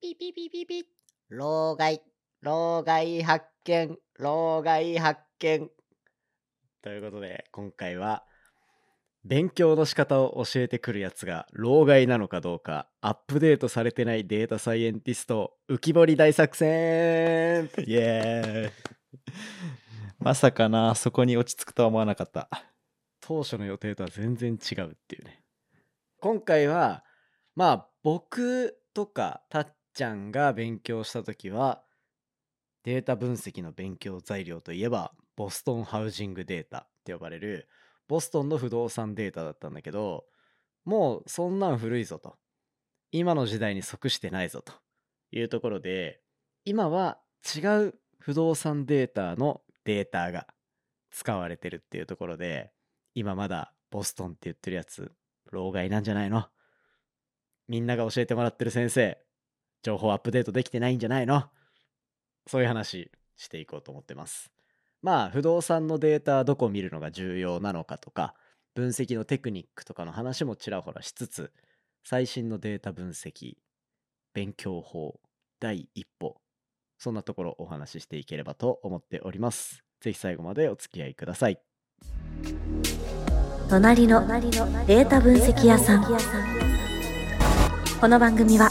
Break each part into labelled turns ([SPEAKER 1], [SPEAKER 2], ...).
[SPEAKER 1] ピピピピピ。老害、老害発見、老害発見。
[SPEAKER 2] ということで今回は勉強の仕方を教えてくるやつが老害なのかどうかアップデートされてないデータサイエンティスト浮き彫り大作戦イエーイ
[SPEAKER 3] まさかな、そこに落ち着くとは思わなかった。
[SPEAKER 2] 当初の予定とは全然違うっていうね今回はまあ僕とかたっちゃんが勉強した時はデータ分析の勉強材料といえばボストンハウジングデータって呼ばれるボストンの不動産データだったんだけどもうそんなん古いぞと今の時代に即してないぞというところで今は違う不動産データのデータが使われてるっていうところで今まだボストンって言ってるやつ老害なんじゃないのみんなが教えてもらってる先生情報アップデートできてないんじゃないのそういう話していこうと思ってますまあ不動産のデータどこ見るのが重要なのかとか分析のテクニックとかの話もちらほらしつつ最新のデータ分析勉強法第一歩そんなところをお話ししていければと思っておりますぜひ最後までお付き合いください
[SPEAKER 4] 隣のデータ分析屋さんこの番組は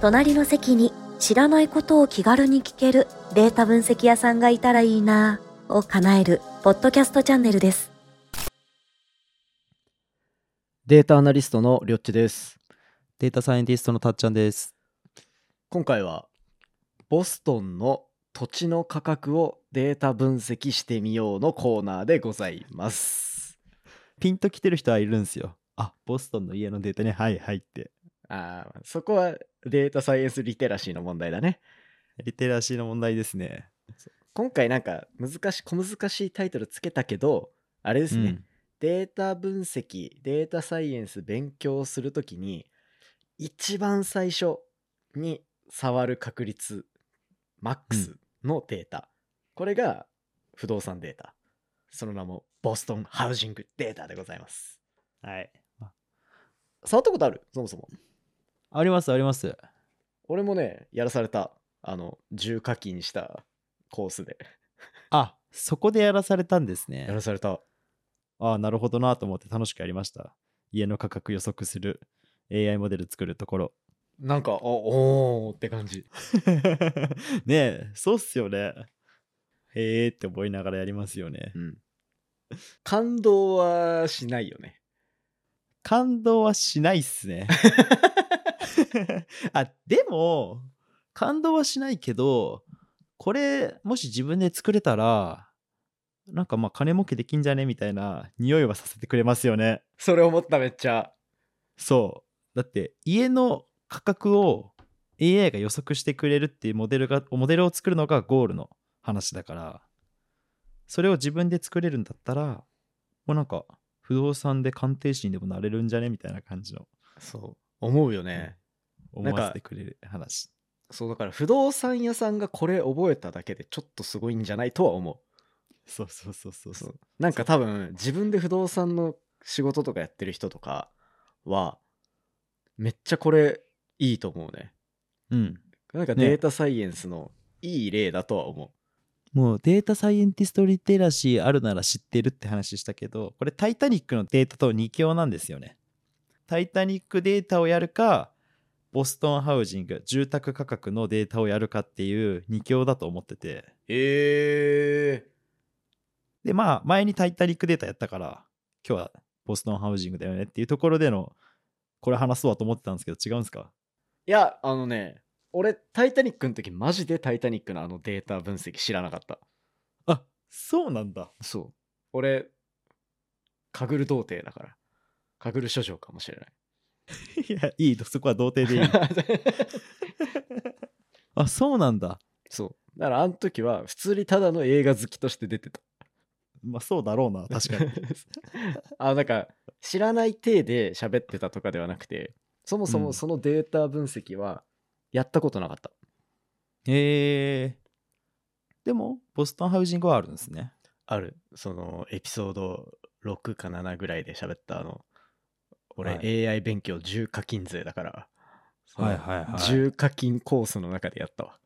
[SPEAKER 4] 隣の席に知らないことを気軽に聞けるデータ分析屋さんがいたらいいなぁを叶えるポッドキャストチャンネルです
[SPEAKER 2] データアナリストのりょっちです
[SPEAKER 3] データサイエンティストのたっちゃんです。
[SPEAKER 2] 今回はボストンの土地の価格をデータ分析してみようのコーナーでございます
[SPEAKER 3] ピンと来てる人はいるんですよ。あ、ボストンの家のデータね、はいはいって。
[SPEAKER 2] あーそこはデータサイエンスリテラシーの問題だね
[SPEAKER 3] リテラシーの問題ですね。
[SPEAKER 2] 今回なんか難しい小難しいタイトルつけたけどあれですね、
[SPEAKER 3] うん
[SPEAKER 2] データ分析データサイエンス勉強するときに一番最初に触る確率マックスのデータ、これが不動産データその名もボストンハウジングデータでございます
[SPEAKER 3] はい。
[SPEAKER 2] 触ったことあるそもそも
[SPEAKER 3] ありますあります。
[SPEAKER 2] 俺もねやらされたあの重課金したコースで
[SPEAKER 3] あ、そこでやらされたんですね
[SPEAKER 2] や。らされた
[SPEAKER 3] あなるほどなと思って楽しくやりました。家の価格予測する AI モデル作るところ。
[SPEAKER 2] なんかおおーって感じ
[SPEAKER 3] ねえ、そうっすよね。へえって思いながらやりますよね。
[SPEAKER 2] 感動はしないよね。
[SPEAKER 3] 感動はしないっすね。あでも感動はしないけどこれもし自分で作れたらなんかまあ金儲けできんじゃねみたいな匂いはさせてくれますよね
[SPEAKER 2] それ思っためっちゃ。
[SPEAKER 3] そうだって家の価格を AI が予測してくれるっていうモデルがモデルを作るのがゴールの話だからそれを自分で作れるんだったらもうなんか不動産で鑑定士にでもなれるんじゃねみたいな感じの
[SPEAKER 2] そう。思うよね。
[SPEAKER 3] 思わせてくれる話
[SPEAKER 2] そうだから不動産屋さんがこれ覚えただけでちょっとすごいんじゃないとは思
[SPEAKER 3] そうそうそうそう
[SPEAKER 2] う。
[SPEAKER 3] そう
[SPEAKER 2] なんか多分自分で不動産の仕事とかやってる人とかはめっちゃこれいいと思うね。
[SPEAKER 3] うん
[SPEAKER 2] なんか
[SPEAKER 3] ね
[SPEAKER 2] データサイエンスのいい例だとは思う。
[SPEAKER 3] もうデータサイエンティストリテラシーあるなら知ってるって話したけどこれ「タイタニック」のデータと二強なんですよね。タイタニックデータをやるかボストンハウジング住宅価格のデータをやるかっていう二強だと思ってて
[SPEAKER 2] え
[SPEAKER 3] でまあ前に「タイタニックデータ」やったから今日はボストンハウジングだよねっていうところでのこれ話そうと思ってたんですけど違うんですか
[SPEAKER 2] いや、あのね、俺、タイタニックの時マジでタイタニックのあのデータ分析知らなかった。
[SPEAKER 3] あそうなんだ
[SPEAKER 2] そう。俺、かぐる童貞だから。かぐる処女かもしれない。
[SPEAKER 3] いやいいそこは童貞でい い あそうなんだ
[SPEAKER 2] そう。だから、あの時は、普通にただの映画好きとして出てた。
[SPEAKER 3] まあそうだろう な確かに
[SPEAKER 2] あ、なんか、知らない体で喋ってたとかではなくて、そもそうも
[SPEAKER 3] ん
[SPEAKER 2] そのデータ分析は、やったことなかった。
[SPEAKER 3] へえでもボストンハウジングはあるんですね
[SPEAKER 2] ある、その、エピソード6か7ぐらいで喋った、あの、
[SPEAKER 3] 俺
[SPEAKER 2] AI 勉強10課金税だから、その
[SPEAKER 3] はいはいはい
[SPEAKER 2] 重課金コースの中でやったわ。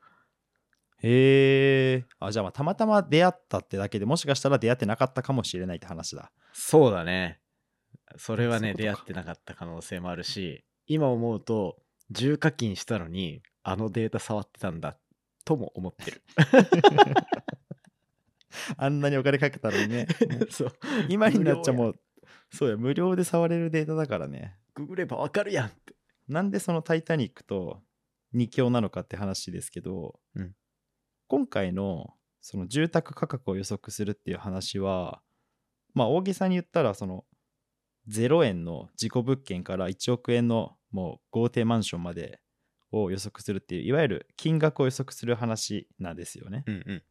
[SPEAKER 3] へえ。あ、じゃあまあ、たまたま出会ったってだけでもしかしたら出会ってなかったかもしれないって話だ。
[SPEAKER 2] そうだね。それはね、
[SPEAKER 3] そうい
[SPEAKER 2] 出
[SPEAKER 3] う
[SPEAKER 2] 会
[SPEAKER 3] こ
[SPEAKER 2] っ
[SPEAKER 3] とか
[SPEAKER 2] てなかった可能性もあるし、今思うと、重課金したのに、あのデータ触ってたんだとも思ってる。
[SPEAKER 3] あんなにお金かけたのにね。
[SPEAKER 2] そう
[SPEAKER 3] 今になっちゃ
[SPEAKER 2] 無料
[SPEAKER 3] もう、そうや、無料で触れるデータだからね。
[SPEAKER 2] ググればわかるやんって。
[SPEAKER 3] なんでその「タイタニック」と二強なのかって話ですけど、
[SPEAKER 2] うん
[SPEAKER 3] 今回のその住宅価格を予測するっていう話はまあ大げさに言ったらその0円の事故物件から1億円のもう豪邸マンションまでを予測するっていういわゆる金額を予測する話なんですよね。
[SPEAKER 2] うんうん。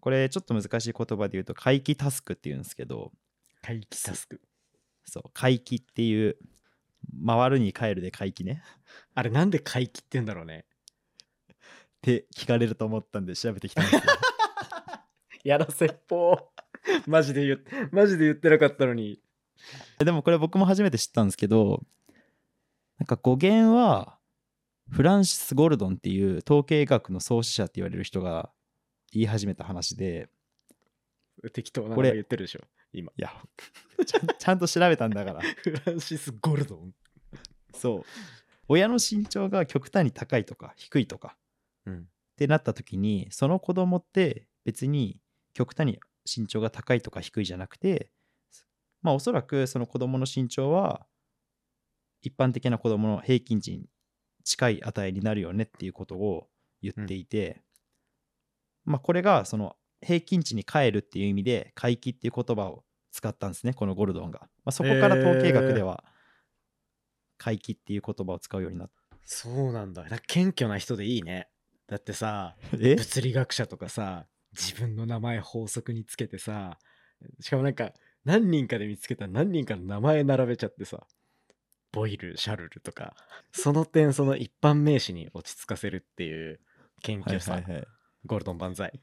[SPEAKER 3] これちょっと難しい言葉で言うと回帰タスクっていうんですけど
[SPEAKER 2] 回帰タスク。
[SPEAKER 3] そう回帰っていう回るに帰るで回帰ね。
[SPEAKER 2] あれなんで回帰ってんだろうね。
[SPEAKER 3] って聞かれると思ったんで調べてきたんですけど
[SPEAKER 2] やらせっぽー。 マジで言っ、マジで言ってなかったのに。
[SPEAKER 3] えでもこれ僕も初めて知ったんですけどなんか語源はフランシス・ゴルドンっていう統計学の創始者って言われる人が言い始めた話で
[SPEAKER 2] 適当なの
[SPEAKER 3] これ
[SPEAKER 2] 言ってるでしょ。今。
[SPEAKER 3] いやちゃん ちゃんと調べたんだから
[SPEAKER 2] フランシス・ゴルドン。
[SPEAKER 3] そう親の身長が極端に高いとか低いとか
[SPEAKER 2] うん。
[SPEAKER 3] ってなった時にその子供って別に極端に身長が高いとか低いじゃなくてまあおそらくその子供の身長は一般的な子供の平均値に近い値になるよねっていうことを言っていて、まあこれがその平均値に帰るっていう意味で回帰っていう言葉を使ったんですねこのゴルドンが、まあ、そこから統計学では回帰っていう言葉を使うようになっ
[SPEAKER 2] そうなんだ。なんか謙虚な人でいいね。だってさ、
[SPEAKER 3] た、え
[SPEAKER 2] 物理学者とかさ自分の名前法則につけてさしかもなんか何人かで見つけた何人かの名前並べちゃってさボイルシャルルとかその点その一般名詞に落ち着かせるっていう謙
[SPEAKER 3] は
[SPEAKER 2] 虚
[SPEAKER 3] い
[SPEAKER 2] さ、
[SPEAKER 3] はいはい
[SPEAKER 2] ゴールドン万歳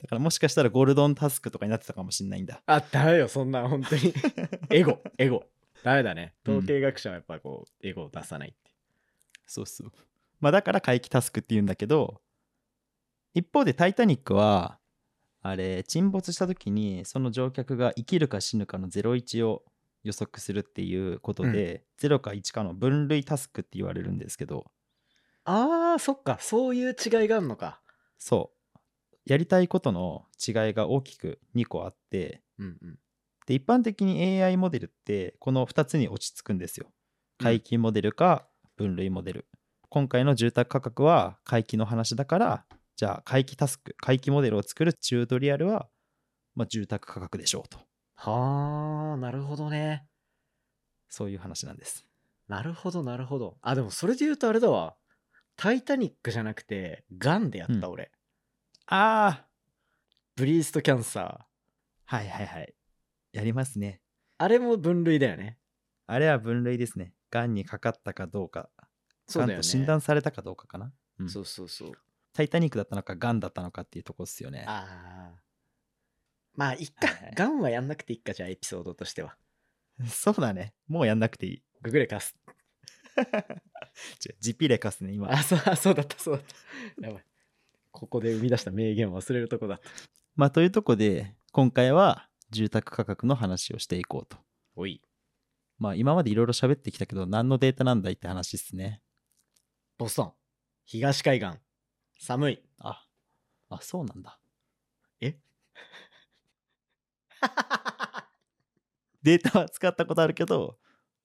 [SPEAKER 3] だからもしかしたらゴールドンタスクとかになってたかもしれないんだ。
[SPEAKER 2] あダメよそんな本当に エゴエゴダメだね
[SPEAKER 3] うん
[SPEAKER 2] 統計学者はやっぱこう、エゴを出さないって
[SPEAKER 3] そうそう。まあだから回帰タスクって言うんだけど、一方でタイタニックは、あれ、沈没した時にその乗客が生きるか死ぬかの01を予測するっていうことで、0か1かの分類タスクって言われるんですけど、
[SPEAKER 2] あーそっかそういう違いがあるのか
[SPEAKER 3] そう。やりたいことの違いが大きく2個あって、
[SPEAKER 2] うんうん
[SPEAKER 3] で一般的に AI モデルってこの2つに落ち着くんですよ。
[SPEAKER 2] うん
[SPEAKER 3] 回帰モデルか分類モデル。今回の住宅価格は回帰の話だからじゃあ回帰タスク回帰モデルを作るチュートリアルは、まあ、住宅価格でしょうと
[SPEAKER 2] はあなるほどね
[SPEAKER 3] そういう話なんです。
[SPEAKER 2] なるほど、なるほど。あ、でもそれで言うとあれだわ。タイタニックじゃなくて、ガンでやった
[SPEAKER 3] う
[SPEAKER 2] 俺。
[SPEAKER 3] ああ
[SPEAKER 2] ブリーストキャンサー。
[SPEAKER 3] はいはいはい。やりますね。
[SPEAKER 2] あれも分類だよね。
[SPEAKER 3] あれは分類ですね。がんにかかったかどうか。
[SPEAKER 2] そう
[SPEAKER 3] が
[SPEAKER 2] だ
[SPEAKER 3] ん
[SPEAKER 2] よ
[SPEAKER 3] と
[SPEAKER 2] ね。
[SPEAKER 3] 診断されたかどうかかな。うん
[SPEAKER 2] そうそうそう。
[SPEAKER 3] タイタニックだったのか、がんだったのかっていうとこっすよね。
[SPEAKER 2] ああ。まあ、いっか
[SPEAKER 3] はいはい。
[SPEAKER 2] ガンはやんなくていいか、じゃあエピソードとしては。
[SPEAKER 3] そうだね。もうやんなくていい。
[SPEAKER 2] ググレカス。
[SPEAKER 3] 違うジピレカスね、今。
[SPEAKER 2] あ、そう、あそうだった、そうだった。やばい。ここで生み出した名言を忘れるとこだった。
[SPEAKER 3] まあ、というとこで、今回は住宅価格の話をしていこうと。
[SPEAKER 2] おい。
[SPEAKER 3] まあ、今までいろいろ喋ってきたけど、何のデータなんだいって話ですね。
[SPEAKER 2] ボストン。東海岸。寒い。
[SPEAKER 3] あ、あ、そうなんだ。 データは使ったことあるけど、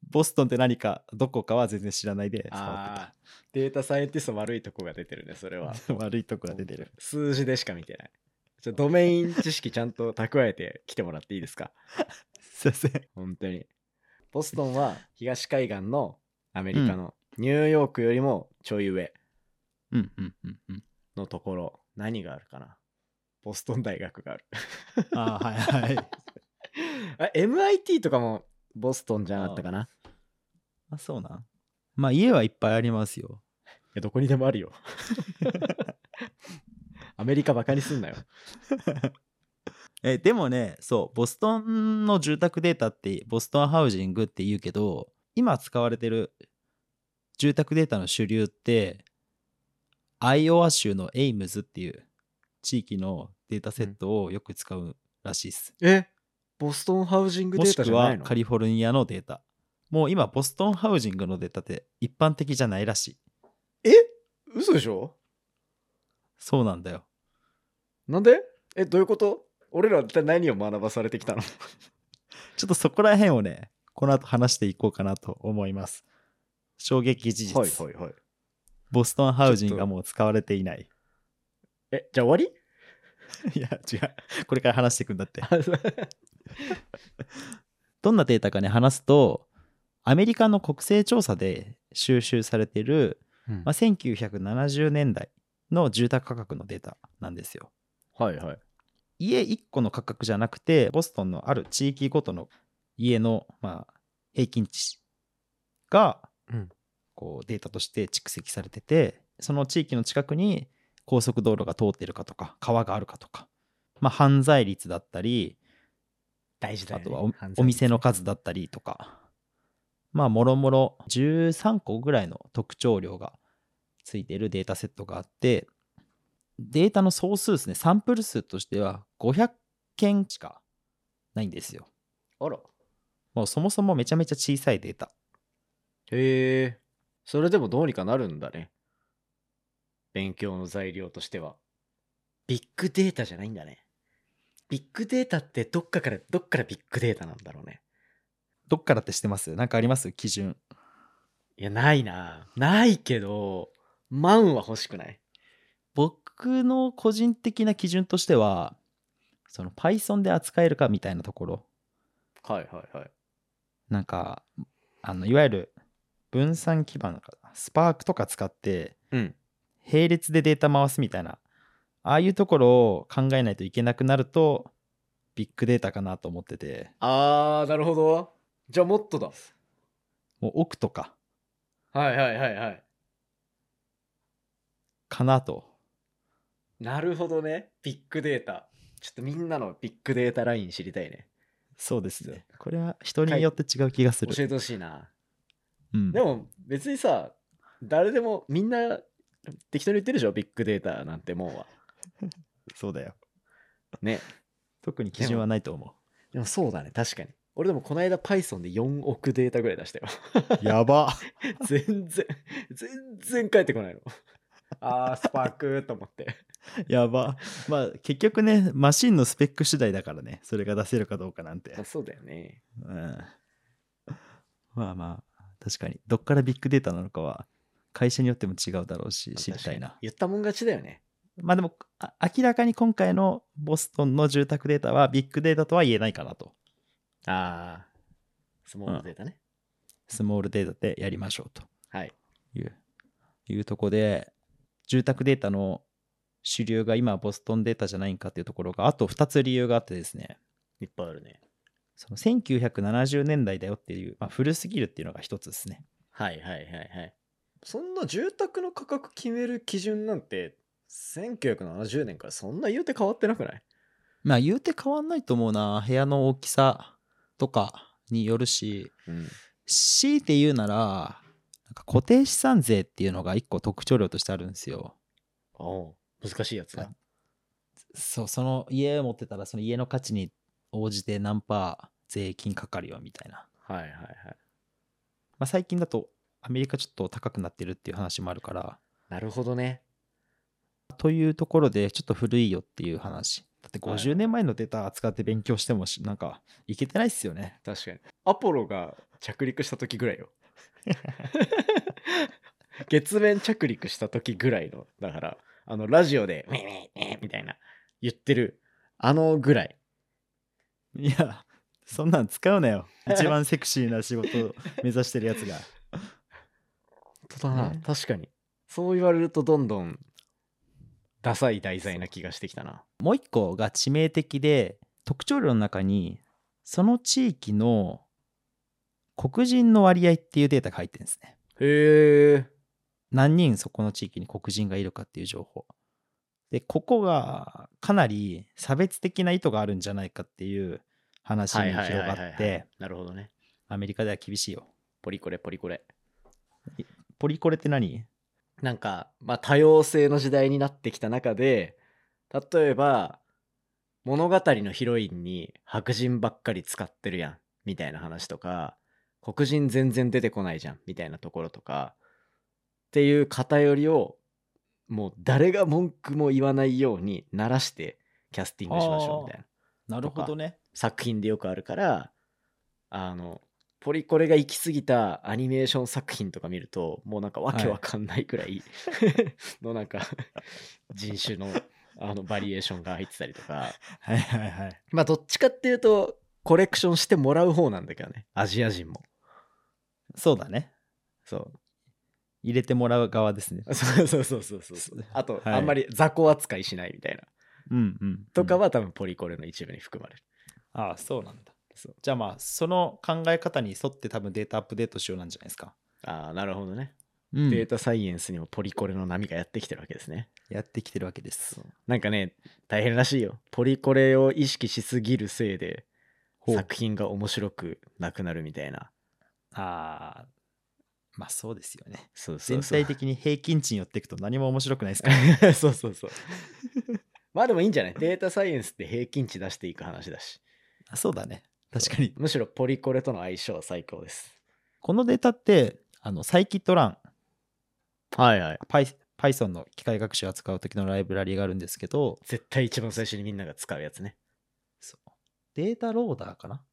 [SPEAKER 3] ボストンって何か、どこかは全然知らないで触って
[SPEAKER 2] ああ。データサイエンティスト悪いとこが出てるね、それ は。
[SPEAKER 3] た。悪いとこが出てる。
[SPEAKER 2] 数字でしか見てない。ちょドメイン知識ちゃんと蓄えて来てもらっていいですか
[SPEAKER 3] すいません。
[SPEAKER 2] 本当に。ボストンは東海岸のアメリカのニューヨークよりもちょい上
[SPEAKER 3] うんうんうんうん。
[SPEAKER 2] のところ、何があるかなボストン大学がある。
[SPEAKER 3] ああ、 はいはい。
[SPEAKER 2] あ MIT とかもボストンじゃなかったかない
[SPEAKER 3] あ、そうなん。まあ、家はいっぱいありますよ。
[SPEAKER 2] やどこにでもある よ。アメリカバカにすんなよ。
[SPEAKER 3] えでもねそうボストンの住宅データってボストンハウジングって言うけど今使われてる住宅データの主流って、アイオワ州のエイムズっていう地域のデータセットをよく使うらしいです。
[SPEAKER 2] えボストンハウジングデ
[SPEAKER 3] も
[SPEAKER 2] ー
[SPEAKER 3] し
[SPEAKER 2] タじ
[SPEAKER 3] く
[SPEAKER 2] ゃな
[SPEAKER 3] はい
[SPEAKER 2] の
[SPEAKER 3] カリフォルニアのデータ。もう今、ボストンハウジングのデータって一般的じゃないらしい。
[SPEAKER 2] え嘘でしょ
[SPEAKER 3] そうなんだよ。
[SPEAKER 2] なんでえどういうこと俺らは一体何を学ばされてきたの
[SPEAKER 3] ちょっとそこら辺をね、この後話していこうかなと思います。衝撃事実。
[SPEAKER 2] はいはいはい
[SPEAKER 3] ボストンハウジングがもう使われていない。
[SPEAKER 2] えじゃあ終わり
[SPEAKER 3] いや、違う。これから話していくんだって。
[SPEAKER 2] は
[SPEAKER 3] どんなデータかね、話すと、アメリカの国勢調査で収集されてる、まあ、1970年代の住宅価格のデータなんですよ。
[SPEAKER 2] いはい
[SPEAKER 3] 家1個の価格じゃなくて、ボストンのある地域ごとの家の、まあ、平均値が、
[SPEAKER 2] うん
[SPEAKER 3] こうデータとして蓄積されてて、その地域の近くに高速道路が通ってるかとか、川があるかとか、まあ、犯罪率だったり、
[SPEAKER 2] 大事だよ
[SPEAKER 3] あ
[SPEAKER 2] ね
[SPEAKER 3] とはお
[SPEAKER 2] 犯罪
[SPEAKER 3] お店の数だったりとか、まあ、もろもろ13個ぐらいの特徴量がついているデータセットがあって、データの総数ですね、サンプル数としては500件しかないんですよ。
[SPEAKER 2] あら
[SPEAKER 3] もうそもそもめちゃめちゃ小さいデータ。
[SPEAKER 2] へえそれでもどうにかなるんだね勉強の材料としてはビッグデータじゃないんだねビッグデータってどっかからどっからビッグデータなんだろうね
[SPEAKER 3] どっからってしてますなんかあります基準。
[SPEAKER 2] いやないなないけど万は欲しくない
[SPEAKER 3] 僕の個人的な基準としては、その Python で扱えるかみたいなところ。
[SPEAKER 2] はいはいはい
[SPEAKER 3] なんか、あの、いわゆる分散基盤かな、スパークとか使って、
[SPEAKER 2] うん
[SPEAKER 3] 並列でデータ回すみたいな、ああいうところを考えないといけなくなると、ビッグデータかなと思ってて、
[SPEAKER 2] あーなるほどじゃあもっとだ
[SPEAKER 3] もう億とか
[SPEAKER 2] はいはいはいはい
[SPEAKER 3] かなと。
[SPEAKER 2] なるほどねビッグデータちょっとみんなのビッグデータライン知りたいね
[SPEAKER 3] そうですね。これは人によって違う気がする。
[SPEAKER 2] 教えてほしいな
[SPEAKER 3] うん、
[SPEAKER 2] でも別にさ誰でもみんな適当に言ってるでしょビッグデータなんてもんは
[SPEAKER 3] そうだよ。
[SPEAKER 2] ね
[SPEAKER 3] 特に基準はないと思
[SPEAKER 2] でもそうだね確かに俺でもこの間 Python で4億データぐらい出 したよ
[SPEAKER 3] う。やば。
[SPEAKER 2] 全然全然返ってこないの あースパークと思って
[SPEAKER 3] やば。まあ結局ね、マシンのスペック次第だからね、それが出せるかどうかなんて。
[SPEAKER 2] まあそうだよね
[SPEAKER 3] うんまあまあ確かにどっからビッグデータなのかは会社によっても違うだろうし知りたい
[SPEAKER 2] 確かに
[SPEAKER 3] な
[SPEAKER 2] 言ったもん勝ちだよね
[SPEAKER 3] まあでもあ明らかに今回のボストンの住宅データはビッグデータとは言えないかなと
[SPEAKER 2] ああスモールデータね、
[SPEAKER 3] スモールデータでやりましょうと
[SPEAKER 2] はい
[SPEAKER 3] いういうとこで住宅データの主流が今ボストンデータじゃないんかっていうところがあと2つ理由があってですね
[SPEAKER 2] いっぱいあるね
[SPEAKER 3] その1970年代だよっていう、まあ、古すぎるっていうのが一つですね
[SPEAKER 2] はいはいはいはいそんな住宅の価格決める基準なんて1970年からそんな言うて変わってなくない
[SPEAKER 3] まあ言うて変わんないと思うな。部屋の大きさとかによるし、
[SPEAKER 2] うん
[SPEAKER 3] 強いて言うなら、なんか固定資産税っていうのが一個特徴量としてあるんですよ。
[SPEAKER 2] おう難しいやつだ
[SPEAKER 3] は。そう、その家を持ってたらその家の価値に応じて何パー税金かかるよみたいな。
[SPEAKER 2] はいはいはい。
[SPEAKER 3] まあ最近だとアメリカちょっと高くなってるっていう話もあるから、
[SPEAKER 2] なるほどね。
[SPEAKER 3] というところでちょっと古いよっていう話。だって
[SPEAKER 2] はい
[SPEAKER 3] 50年前のデータ扱って勉強してもしなんかいけてないっすよね。
[SPEAKER 2] 確かに。アポロが着陸した時ぐらいよ。月面着陸した時ぐらいの、だから、あの、ラジオで、ウェイウェイウェイみたいな、言ってる、あのぐらい。
[SPEAKER 3] いや、そんなん使うなよ。一番セクシーな仕事を目指してるやつが。
[SPEAKER 2] 本当だな、
[SPEAKER 3] ね
[SPEAKER 2] 確かに。そう言われると、どんどん、ダサい題材な気がしてきたな。
[SPEAKER 3] もう一個が致命的で、特徴量の中に、その地域の黒人の割合っていうデータが入ってるんですね。
[SPEAKER 2] へえ。
[SPEAKER 3] 何人そこの地域に黒人がいるかっていう情報。で、ここがかなり差別的な意図があるんじゃないかっていう話
[SPEAKER 2] は
[SPEAKER 3] に
[SPEAKER 2] いはい
[SPEAKER 3] 広
[SPEAKER 2] はい
[SPEAKER 3] が
[SPEAKER 2] はい、
[SPEAKER 3] っ
[SPEAKER 2] はい
[SPEAKER 3] て、。
[SPEAKER 2] なるほどね。
[SPEAKER 3] アメリカでは厳しいよ。
[SPEAKER 2] ポリコレポリコレ。
[SPEAKER 3] ポリコレって何
[SPEAKER 2] なんか、まあ、多様性の時代になってきた中で例えば物語のヒロインに白人ばっかり使ってるやんみたいな話とか黒人全然出てこないじゃんみたいなところとかっていう偏りをもう誰が文句も言わないように慣らしてキャスティングしましょうみたいな
[SPEAKER 3] な
[SPEAKER 2] るほど
[SPEAKER 3] ね。
[SPEAKER 2] 作品でよくあるからあのポリコレが行き過ぎたアニメーション作品とか見るともうなんかわけわかんないくらい のなんか人種のあのバリエーションが入ってたりとか
[SPEAKER 3] はいはいはい。
[SPEAKER 2] まあどっちかっていうとコレクションしてもらう方なんだけどねアジア人も
[SPEAKER 3] そうだね。
[SPEAKER 2] そ
[SPEAKER 3] 入れてもらう側ですね。
[SPEAKER 2] う そうそうそうそうそうあと、
[SPEAKER 3] はい
[SPEAKER 2] あんまり雑魚扱いしないみたいな
[SPEAKER 3] うんうん。
[SPEAKER 2] とか
[SPEAKER 3] は。
[SPEAKER 2] は多分ポリコレの一部に含まれる、
[SPEAKER 3] ああ、そうなんだ
[SPEAKER 2] そう。
[SPEAKER 3] じゃあまあ、その考え方に沿って多分データアップデートしようなんじゃないですか。
[SPEAKER 2] ああなるほどね、
[SPEAKER 3] うん
[SPEAKER 2] データサイエンスにもポリコレの波がやってきてるわけですね
[SPEAKER 3] やってきてるわけです。
[SPEAKER 2] なんかね大変らしいよポリコレを意識しすぎるせいで
[SPEAKER 3] ほう
[SPEAKER 2] 作品が面白くなくなるみたいな
[SPEAKER 3] ああ、まあそうですよね。
[SPEAKER 2] そうそう
[SPEAKER 3] 全
[SPEAKER 2] そう
[SPEAKER 3] 体的に平均値に寄っていくと何も面白くないですから。
[SPEAKER 2] 的 そうそうそうまあでもいいんじゃないデータサイエンスって平均値出していく話だし
[SPEAKER 3] あそうだね。確かに。
[SPEAKER 2] むしろポリコレとの相性は最高です
[SPEAKER 3] このデータって、あの、サイキットラン、
[SPEAKER 2] はいはい
[SPEAKER 3] Py- Python の機械学習を扱う時のライブラリがあるんですけど、
[SPEAKER 2] 絶対一番最初にみんなが使うやつね
[SPEAKER 3] そうデータローダーかな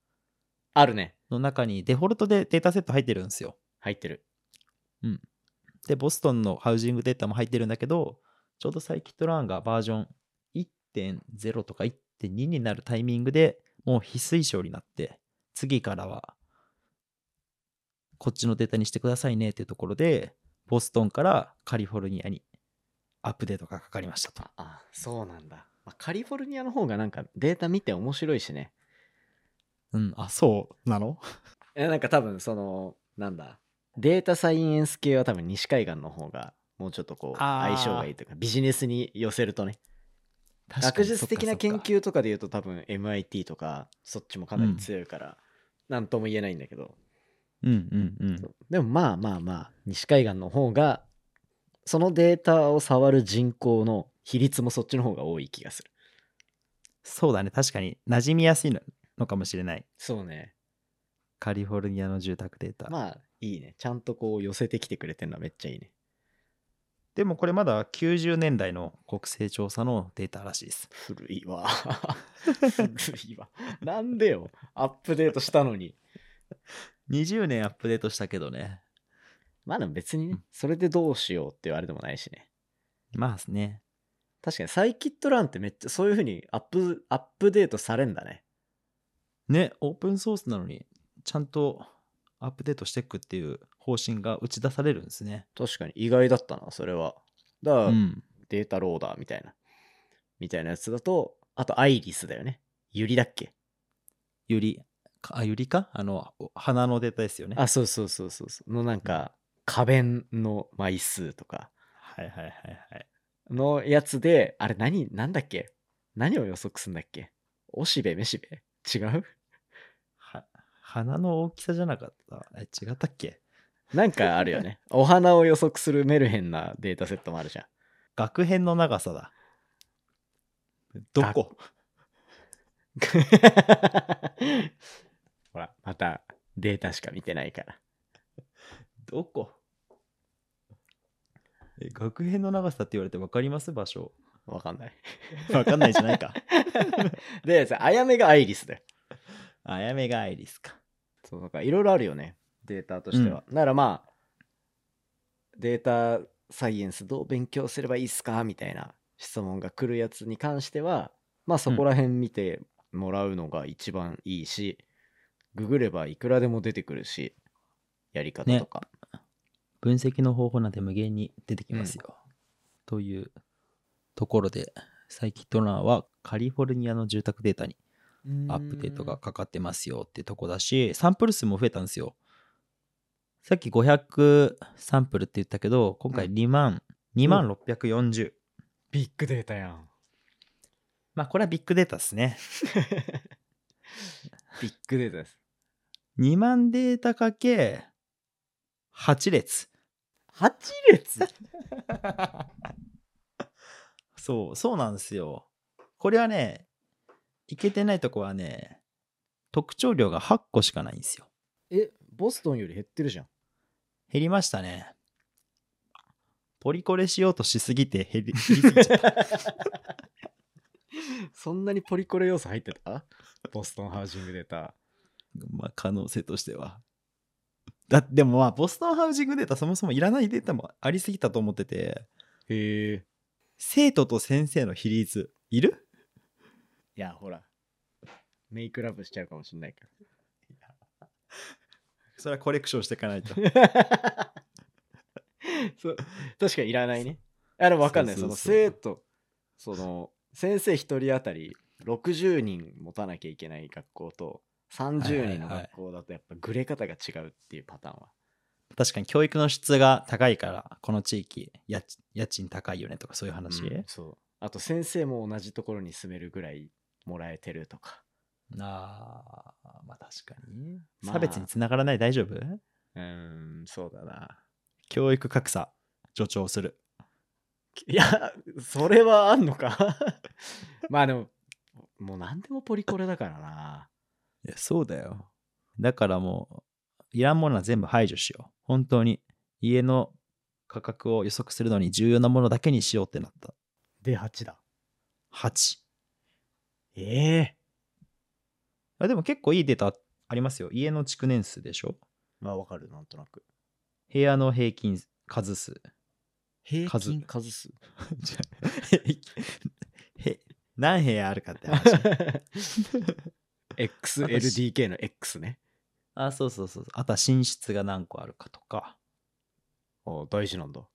[SPEAKER 2] あるね
[SPEAKER 3] の中にデフォルトでデータセット入ってるんですよ。
[SPEAKER 2] 入ってる
[SPEAKER 3] で、ボストンのハウジングデータも入ってるんだけど、ちょうどサイキットランがバージョン1.0とか1.2になるタイミングでもう非推奨になって、次からはこっちのデータにしてくださいねっていうところで、ボストンからカリフォルニアにアップデートがかかりましたと。
[SPEAKER 2] あそうなんだ、まあカリフォルニアの方がなんかデータ見て面白いしね
[SPEAKER 3] うん、あ、そうなの
[SPEAKER 2] えなんか多分そのなんだデータサイエンス系は多分西海岸の方がもうちょっとこう
[SPEAKER 3] あー
[SPEAKER 2] 相性がいいというかビジネスに寄せるとね
[SPEAKER 3] 確かに
[SPEAKER 2] 学術的な研。
[SPEAKER 3] そっかそ
[SPEAKER 2] 究
[SPEAKER 3] っか
[SPEAKER 2] とかで言うと多分 MIT とかそっちもかなり強いから何とも言えないんだけど、
[SPEAKER 3] うんうんうん。
[SPEAKER 2] でもまあまあまあ西海岸の方がそのデータを触る人口の比率もそっちの方が多い気がする
[SPEAKER 3] そうだね、確かに馴染みやすいののかもしれない。
[SPEAKER 2] そうね
[SPEAKER 3] カリフォルニアの住宅データ。
[SPEAKER 2] まあいいねちゃんとこう寄せてきてくれてるのはめっちゃいいね
[SPEAKER 3] でもこれまだ90年代の国勢調査のデータらしいです。
[SPEAKER 2] 古いわ古いわなんでよアップデートしたのに
[SPEAKER 3] 20年アップデートしたけどね。
[SPEAKER 2] まあでも別に
[SPEAKER 3] う
[SPEAKER 2] ね
[SPEAKER 3] ん
[SPEAKER 2] それでどうしようって言われてもないしね
[SPEAKER 3] まあね。
[SPEAKER 2] 確かにサイキットランってめっちゃそういう風にアップアップデートされんだね
[SPEAKER 3] ね、オープンソースなのに、ちゃんとアップデートしていくっていう方針が打ち出されるんですね。
[SPEAKER 2] 確かに意外だったなそれはだから、
[SPEAKER 3] うん。
[SPEAKER 2] データローダーみたいなみたいなやつだとあとアイリスだよねユリだっけ
[SPEAKER 3] ゆり、かあ、ゆりかあの、お花のデータですよね。
[SPEAKER 2] あそうそうそうそうそうのなんか花弁の枚数とか
[SPEAKER 3] はいはいはいはい。
[SPEAKER 2] のやつで、あれ何、なんだっけ何を予測すんだっけおしべ、めしべ違う
[SPEAKER 3] は花の大きさじゃなかった。え、違ったっけ
[SPEAKER 2] なんかあるよね。お花を予測するメルヘンなデータセットもあるじゃん。
[SPEAKER 3] 学編の長さだ。どこ
[SPEAKER 2] ほら、またデータしか見てないから。
[SPEAKER 3] どこえ、学編の長さって言われて分かります場所。
[SPEAKER 2] わかんない。
[SPEAKER 3] 分かんないじゃないか。
[SPEAKER 2] で、さあやめがアイリスだよ。
[SPEAKER 3] あやめがアイリスか。
[SPEAKER 2] そう、なんかいろいろあるよね。データとしては。ならまあ、データサイエンスどう勉強すればいいっすかみたいな質問が来るやつに関しては、まあそこら辺見てもらうのが一番いいし、ググればいくらでも出てくるし、やり方とか。
[SPEAKER 3] 分析の方法なんて無限に出てきますよ。というところで、サイキットランはカリフォルニアの住宅データにアップデートがかかってますよってとこだし、サンプル数も増えたんですよ。さっき500サンプルって言ったけど、今回2万、2万640。
[SPEAKER 2] ビッグデータやん。
[SPEAKER 3] まあこれはビッグデータですね。
[SPEAKER 2] ビッグデータです。
[SPEAKER 3] 2万データかけ8列。
[SPEAKER 2] 8列
[SPEAKER 3] そう、そうなんですよ。これはね、いけてないとこはね、特徴量が8個しかないんですよ。
[SPEAKER 2] え、ボストンより減ってるじゃん。
[SPEAKER 3] 減りましたね。ポリコレしようとしすぎて減り減りすぎちゃった
[SPEAKER 2] そんなにポリコレ要素入ってたボストンハウジングデータ。
[SPEAKER 3] まあ可能性としては。だでもまあ、ボストンハウジングデータそもそもいらないデータもありすぎたと思ってて、
[SPEAKER 2] へえ。
[SPEAKER 3] 生徒と先生の比率、いる
[SPEAKER 2] いや、ほら。メイクラブしちゃうかもしんないか
[SPEAKER 3] それはコレクションしていかないと。
[SPEAKER 2] ら。 そう確かにいらないね。あれわかんない。
[SPEAKER 3] そ
[SPEAKER 2] そうの
[SPEAKER 3] そうそ
[SPEAKER 2] 生
[SPEAKER 3] う
[SPEAKER 2] 徒、その先生一人当たり60人持たなきゃいけない学校と30人の学校だとやっぱグレ方が違うっていうパターンは。
[SPEAKER 3] 確かに教育の質が高いから、この地域、家賃家賃高いよねとかそういう話。
[SPEAKER 2] うんそう。あと先生も同じところに住めるぐらいもらえてるとか。
[SPEAKER 3] ああ、まあ確かに。
[SPEAKER 2] まあ
[SPEAKER 3] 差別につながらない大丈夫
[SPEAKER 2] うーん、そうだな。
[SPEAKER 3] 教育格差、助長する。
[SPEAKER 2] いや、それはあんのか まあでも、もう何でもポリコレだからな。
[SPEAKER 3] いや、そうだよ。だからもう、いらんものは全部排除しよう。本当に、家の価格を予測するのに重要なものだけにしようってなった。
[SPEAKER 2] で、8だ。
[SPEAKER 3] 8。
[SPEAKER 2] ええ
[SPEAKER 3] あでも結構いいデータありますよ。家の築年数でしょ
[SPEAKER 2] まあわかる、なんとなく。
[SPEAKER 3] 部屋の平均数数。
[SPEAKER 2] 平
[SPEAKER 3] 均
[SPEAKER 2] 均数 数。
[SPEAKER 3] じゃあへ何部屋あるかって話。
[SPEAKER 2] XLDK の X ね。
[SPEAKER 3] あ、そうそうそう。あとは寝室が何個あるかとか、
[SPEAKER 2] あ大事なんだ。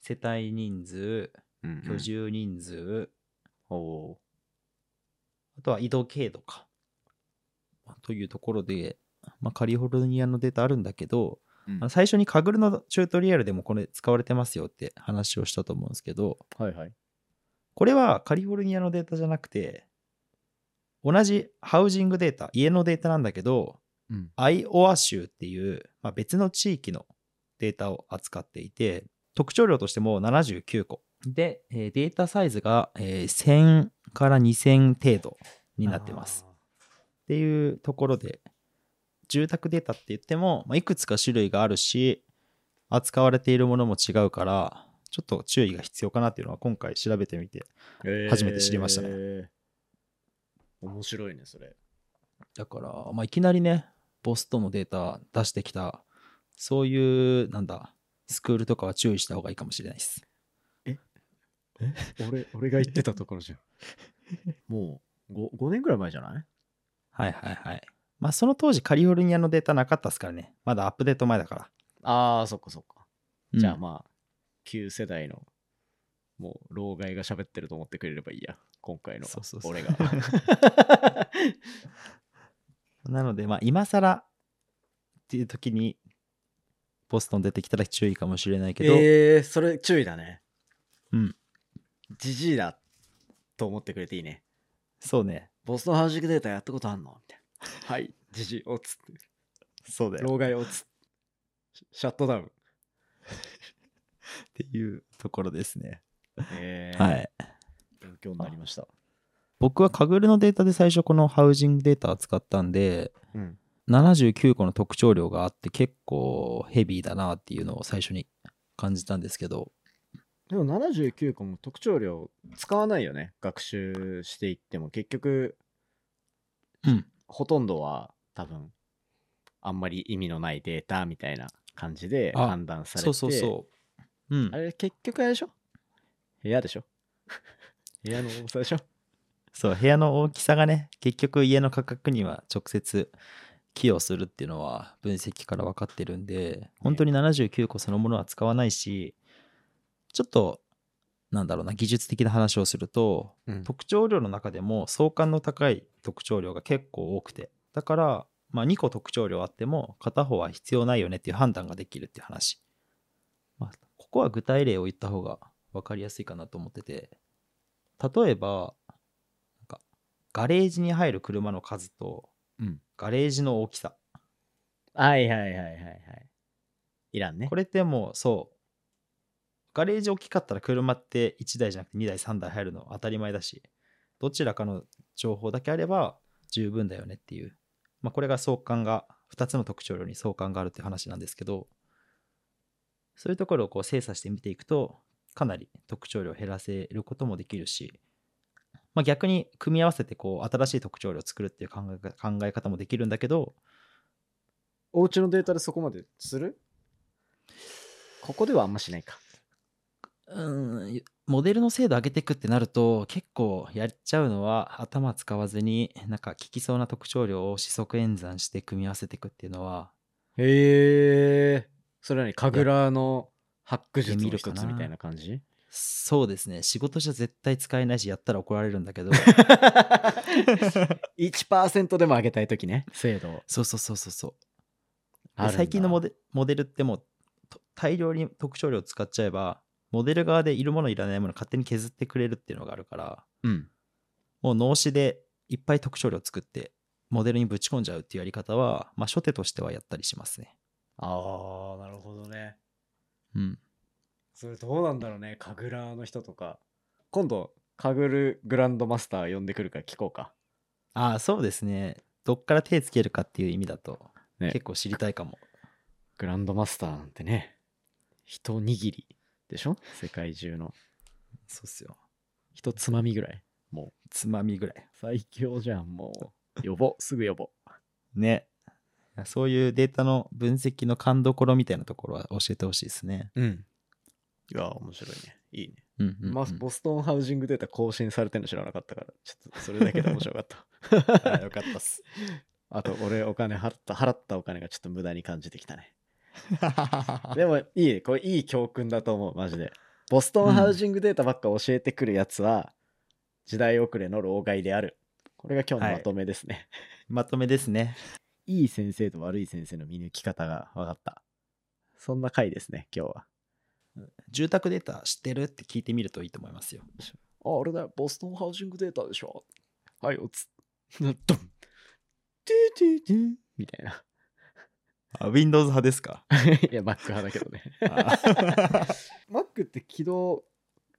[SPEAKER 3] 世帯人数、
[SPEAKER 2] うんうん、
[SPEAKER 3] 居住人数、
[SPEAKER 2] おー
[SPEAKER 3] あとは移動経度か。というところで、まあ、カリフォルニアのデータあるんだけど、
[SPEAKER 2] うん
[SPEAKER 3] あの最初にカグルのチュートリアルでもこれ使われてますよって話をしたと思うんですけど、
[SPEAKER 2] はいはい。
[SPEAKER 3] これはカリフォルニアのデータじゃなくて、同じハウジングデータ、家のデータなんだけど、
[SPEAKER 2] うん
[SPEAKER 3] アイオワ州っていう、まあ、別の地域のデータを扱っていて、特徴量としても79個。で、えーデータサイズが、えー1000から2000程度になってます。っていうところで住宅データって言っても、まあ、いくつか種類があるし扱われているものも違うからちょっと注意が必要かなっていうのは今回調べてみて
[SPEAKER 2] あ ー。
[SPEAKER 3] 初めて知りましたね
[SPEAKER 2] えー面白いね、それ。
[SPEAKER 3] だから、まあ、いきなりねボストンのデータ出してきたそういうなんだスクールとかは注意した方がいいかもしれないです
[SPEAKER 2] 俺、俺が言ってたところじゃん。 もう5、5年ぐらい前じゃない
[SPEAKER 3] はいはいはいまあその当時カリフォルニアのデータなかったですからねまだアップデート前だから、
[SPEAKER 2] ああ、そっかそっか。じゃあ
[SPEAKER 3] うん
[SPEAKER 2] まあ、旧世代の、もう、老害が喋ってると思ってくれればいいや。今回の
[SPEAKER 3] そうそう、そう
[SPEAKER 2] 俺が。
[SPEAKER 3] なので、まあ、今更っていう時に、ボストン出てきたら注意かもしれない けど、
[SPEAKER 2] えー、それ注意だね。
[SPEAKER 3] うん。
[SPEAKER 2] じじいだと思ってくれていいね。
[SPEAKER 3] そうね。
[SPEAKER 2] ボストンハウジングデータやったことあんのみたいな。はい、じじい、おつって。
[SPEAKER 3] そうだよ。
[SPEAKER 2] 老害 おつ。シシャットダウン。
[SPEAKER 3] っていうところですね。
[SPEAKER 2] えー、
[SPEAKER 3] はい。
[SPEAKER 2] 勉強になりました。
[SPEAKER 3] 僕はカグルのデータで最初このハウジングデータを使ったんで、
[SPEAKER 2] うん。
[SPEAKER 3] 79個の特徴量があって結構ヘビーだなっていうのを最初に感じたんですけど、
[SPEAKER 2] でも79個も特徴量使わないよね。学習していっても。結局、
[SPEAKER 3] うん。
[SPEAKER 2] ほとんどは多分あんまり意味のないデータみたいな感じで
[SPEAKER 3] あ
[SPEAKER 2] 判断されて
[SPEAKER 3] そうそうそう。うん
[SPEAKER 2] あ。れ結局あれでしょ部屋でしょ 部屋の重さでしょ
[SPEAKER 3] そう、部屋の大きさがね、結局家の価格には直接寄与するっていうのは分析から分かってるんで、本当に79個そのものは使わないし、ちょっと、なんだろうな、技術的な話をすると、
[SPEAKER 2] うん
[SPEAKER 3] 特徴量の中でも相関の高い特徴量が結構多くて、だから、まあ、2個特徴量あっても片方は必要ないよねっていう判断ができるっていう話。まあ、ここは具体例を言った方が分かりやすいかなと思ってて、例えば、なんかガレージに入る車の数と、
[SPEAKER 2] うん
[SPEAKER 3] ガレージの大きさ。
[SPEAKER 2] はいはいはいはいはいいらんね
[SPEAKER 3] これってもうそうガレージ大きかったら車って1台じゃなくて2台3台入るの当たり前だしどちらかの情報だけあれば十分だよねっていう、まあ、これが相関が2つの特徴量に相関があるって話なんですけどそういうところをこう精査して見ていくとかなり特徴量を減らせることもできるし、まあ、逆に組み合わせてこう新しい特徴量を作るっていう考えか考え方もできるんだけど
[SPEAKER 2] お家のデータでそこまでするここではあんましないか
[SPEAKER 3] うん、モデルの精度上げていくってなると結構やっちゃうのは頭使わずになんか効きそうな特徴量を四則演算して組み合わせていくっていうのは
[SPEAKER 2] へえそれはね神楽のハック術
[SPEAKER 3] いや
[SPEAKER 2] の
[SPEAKER 3] 見るか
[SPEAKER 2] 一
[SPEAKER 3] な
[SPEAKER 2] つみたいな感 じ
[SPEAKER 3] そうですね仕事じゃ絶対使えないしやったら怒られるんだけど
[SPEAKER 2] 1%でも上げたい時ね 精度を
[SPEAKER 3] そうそうそうそうそうで
[SPEAKER 2] あるんだ
[SPEAKER 3] 最近のモデモデルってもうと大量に特徴量使っちゃえばモデル側でいるものいらないもの勝手に削ってくれるっていうのがあるから
[SPEAKER 2] うん
[SPEAKER 3] もう脳死でいっぱい特徴量作ってモデルにぶち込んじゃうっていうやり方は、まあ、初手としてはやったりしますね。
[SPEAKER 2] ああなるほどね
[SPEAKER 3] うん、
[SPEAKER 2] それどうなんだろうね神楽の人とか今度神楽グランドマスター呼んでくるから聞こうか
[SPEAKER 3] ああそうですねどっから手つけるかっていう意味だと、
[SPEAKER 2] ね
[SPEAKER 3] 結構知りたいかも
[SPEAKER 2] グランドマスターなんてね一握りでしょ世界中の
[SPEAKER 3] そうっすよ
[SPEAKER 2] 一つまみぐらい
[SPEAKER 3] つまみぐらい
[SPEAKER 2] 最強じゃんもう呼ぼうすぐ呼ぼう
[SPEAKER 3] ねそういうデータの分析の勘どころみたいなところは教えてほしいですね
[SPEAKER 2] うん。いやー、面白いね。いいね。
[SPEAKER 3] うんうんうん、
[SPEAKER 2] まあボストンハウジングデータ更新されてるの知らなかったから、ちょっとそれだけで面白かった。
[SPEAKER 3] はいよかったっす
[SPEAKER 2] あと、俺、お金払った、払ったお金がちょっと無駄に感じてきたね。 でも、いいね。これ、いい教訓だと思う、マジで。ボストンハウジングデータばっか教えてくるやつは、時代遅れの老害である。これが今日のまとめですね。
[SPEAKER 3] まとめですね
[SPEAKER 2] い、い先生と悪い先生の見抜き方が分かった。そんな回ですね、今日は。
[SPEAKER 3] 住宅データ知ってるって聞いてみるといいと思いますよ
[SPEAKER 2] あ、あれだよ、ボストンハウジングデータでしょ。はい、おつ。ドン。トゥトゥトゥみたいな。
[SPEAKER 3] あ Windows 派ですか
[SPEAKER 2] いや、Mac 派だけどね。
[SPEAKER 3] あ
[SPEAKER 2] Mac って起動、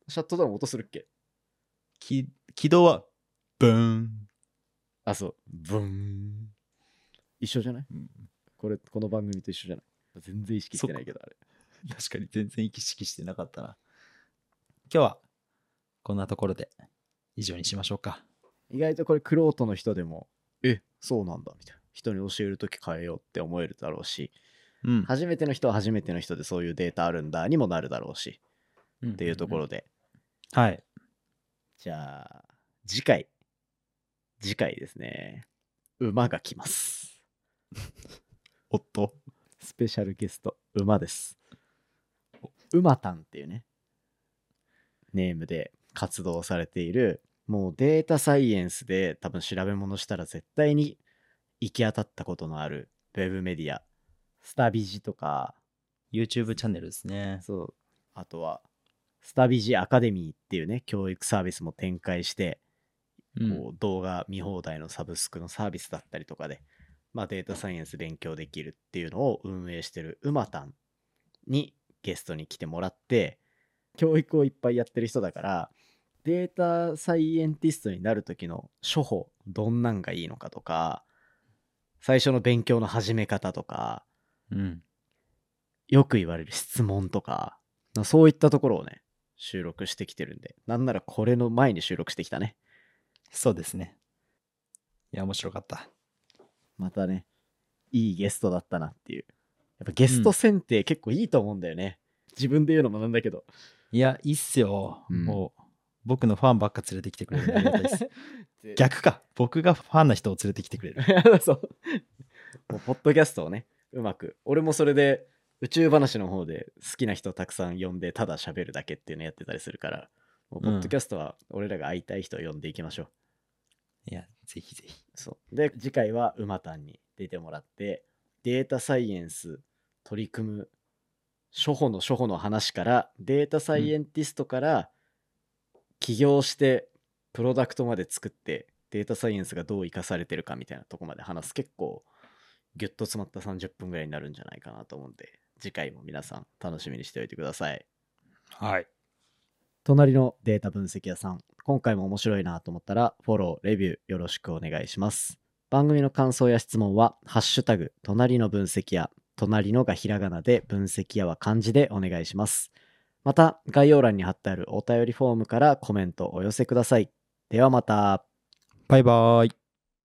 [SPEAKER 2] シャットダウン音するっけ
[SPEAKER 3] き起動はブーン
[SPEAKER 2] あ、そう。ブーン。一緒じゃないこれ、この番組と一緒じゃない全然意識してないけど、あれ。
[SPEAKER 3] 確かに全然意識してなかったな今日はこんなところで以上にしましょうか
[SPEAKER 2] 意外とこれ、クロートの人でも、え、そうなんだ、みたいな。人に教えるとき変えようって思えるだろうし、
[SPEAKER 3] うん
[SPEAKER 2] 初めての人は初めての人でそういうデータあるんだにもなるだろうし、
[SPEAKER 3] っ
[SPEAKER 2] っていうところで、
[SPEAKER 3] はい
[SPEAKER 2] じゃあ、次回。次回ですね。馬が来ます。
[SPEAKER 3] おっと
[SPEAKER 2] スペシャルゲスト、馬です。馬たんっていうね、ネームで活動されている、もうデータサイエンスで多分調べ物したら絶対に行き当たったことのあるウェブメディア、スタビジとか、
[SPEAKER 3] YouTube チャンネルですね
[SPEAKER 2] そう。あとは、スタビジアカデミーっていうね、教育サービスも展開して、こう動画見放題のサブスクのサービスだったりとかで、まあ、データサイエンス勉強できるっていうのを運営してるうまたんにゲストに来てもらって教育をいっぱいやってる人だからデータサイエンティストになる時の処方どんなんがいいのかとか最初の勉強の始め方とか
[SPEAKER 3] うん、うん
[SPEAKER 2] よく言われる質問とかそういったところをね収録してきてるんでなんならこれの前に収録してきたね
[SPEAKER 3] そうですねいや面白かった
[SPEAKER 2] またね、いいゲストだったなっていう。やっぱゲスト選定結構いいと思うんだよね。自分で言うのもなんだけど。
[SPEAKER 3] いやいいっすよ、
[SPEAKER 2] うん
[SPEAKER 3] もう僕のファンばっか連れてきてくれるんでありがたいです逆か僕がファンな人を連れてきてくれる
[SPEAKER 2] そう。もうポッドキャストをね、うまく。俺もそれで宇宙話の方で好きな人たくさん呼んでただ喋るだけっていうのやってたりするから、もうポッドキャストは俺らが会いたい人を呼んでいきましょう。
[SPEAKER 3] いやぜひぜひ
[SPEAKER 2] そうで次回は馬たんに出てもらってデータサイエンス取り組む初歩の初歩の話からデータサイエンティストから起業してプロダクトまで作ってデータサイエンスがどう生かされてるかみたいなとこまで話す結構ギュッと詰まった30分ぐらいになるんじゃないかなと思うんで次回も皆さん楽しみにしておいてください。
[SPEAKER 3] はい。
[SPEAKER 2] 隣のデータ分析屋さん、今回も面白いなと思ったら、フォロー、レビューよろしくお願いします。番組の感想や質問は、ハッシュタグ、隣の分析屋、隣のがひらがなで、分析屋は漢字でお願いします。また、概要欄に貼ってあるお便りフォームからコメントお寄せください。ではまた。
[SPEAKER 3] バイバーイ。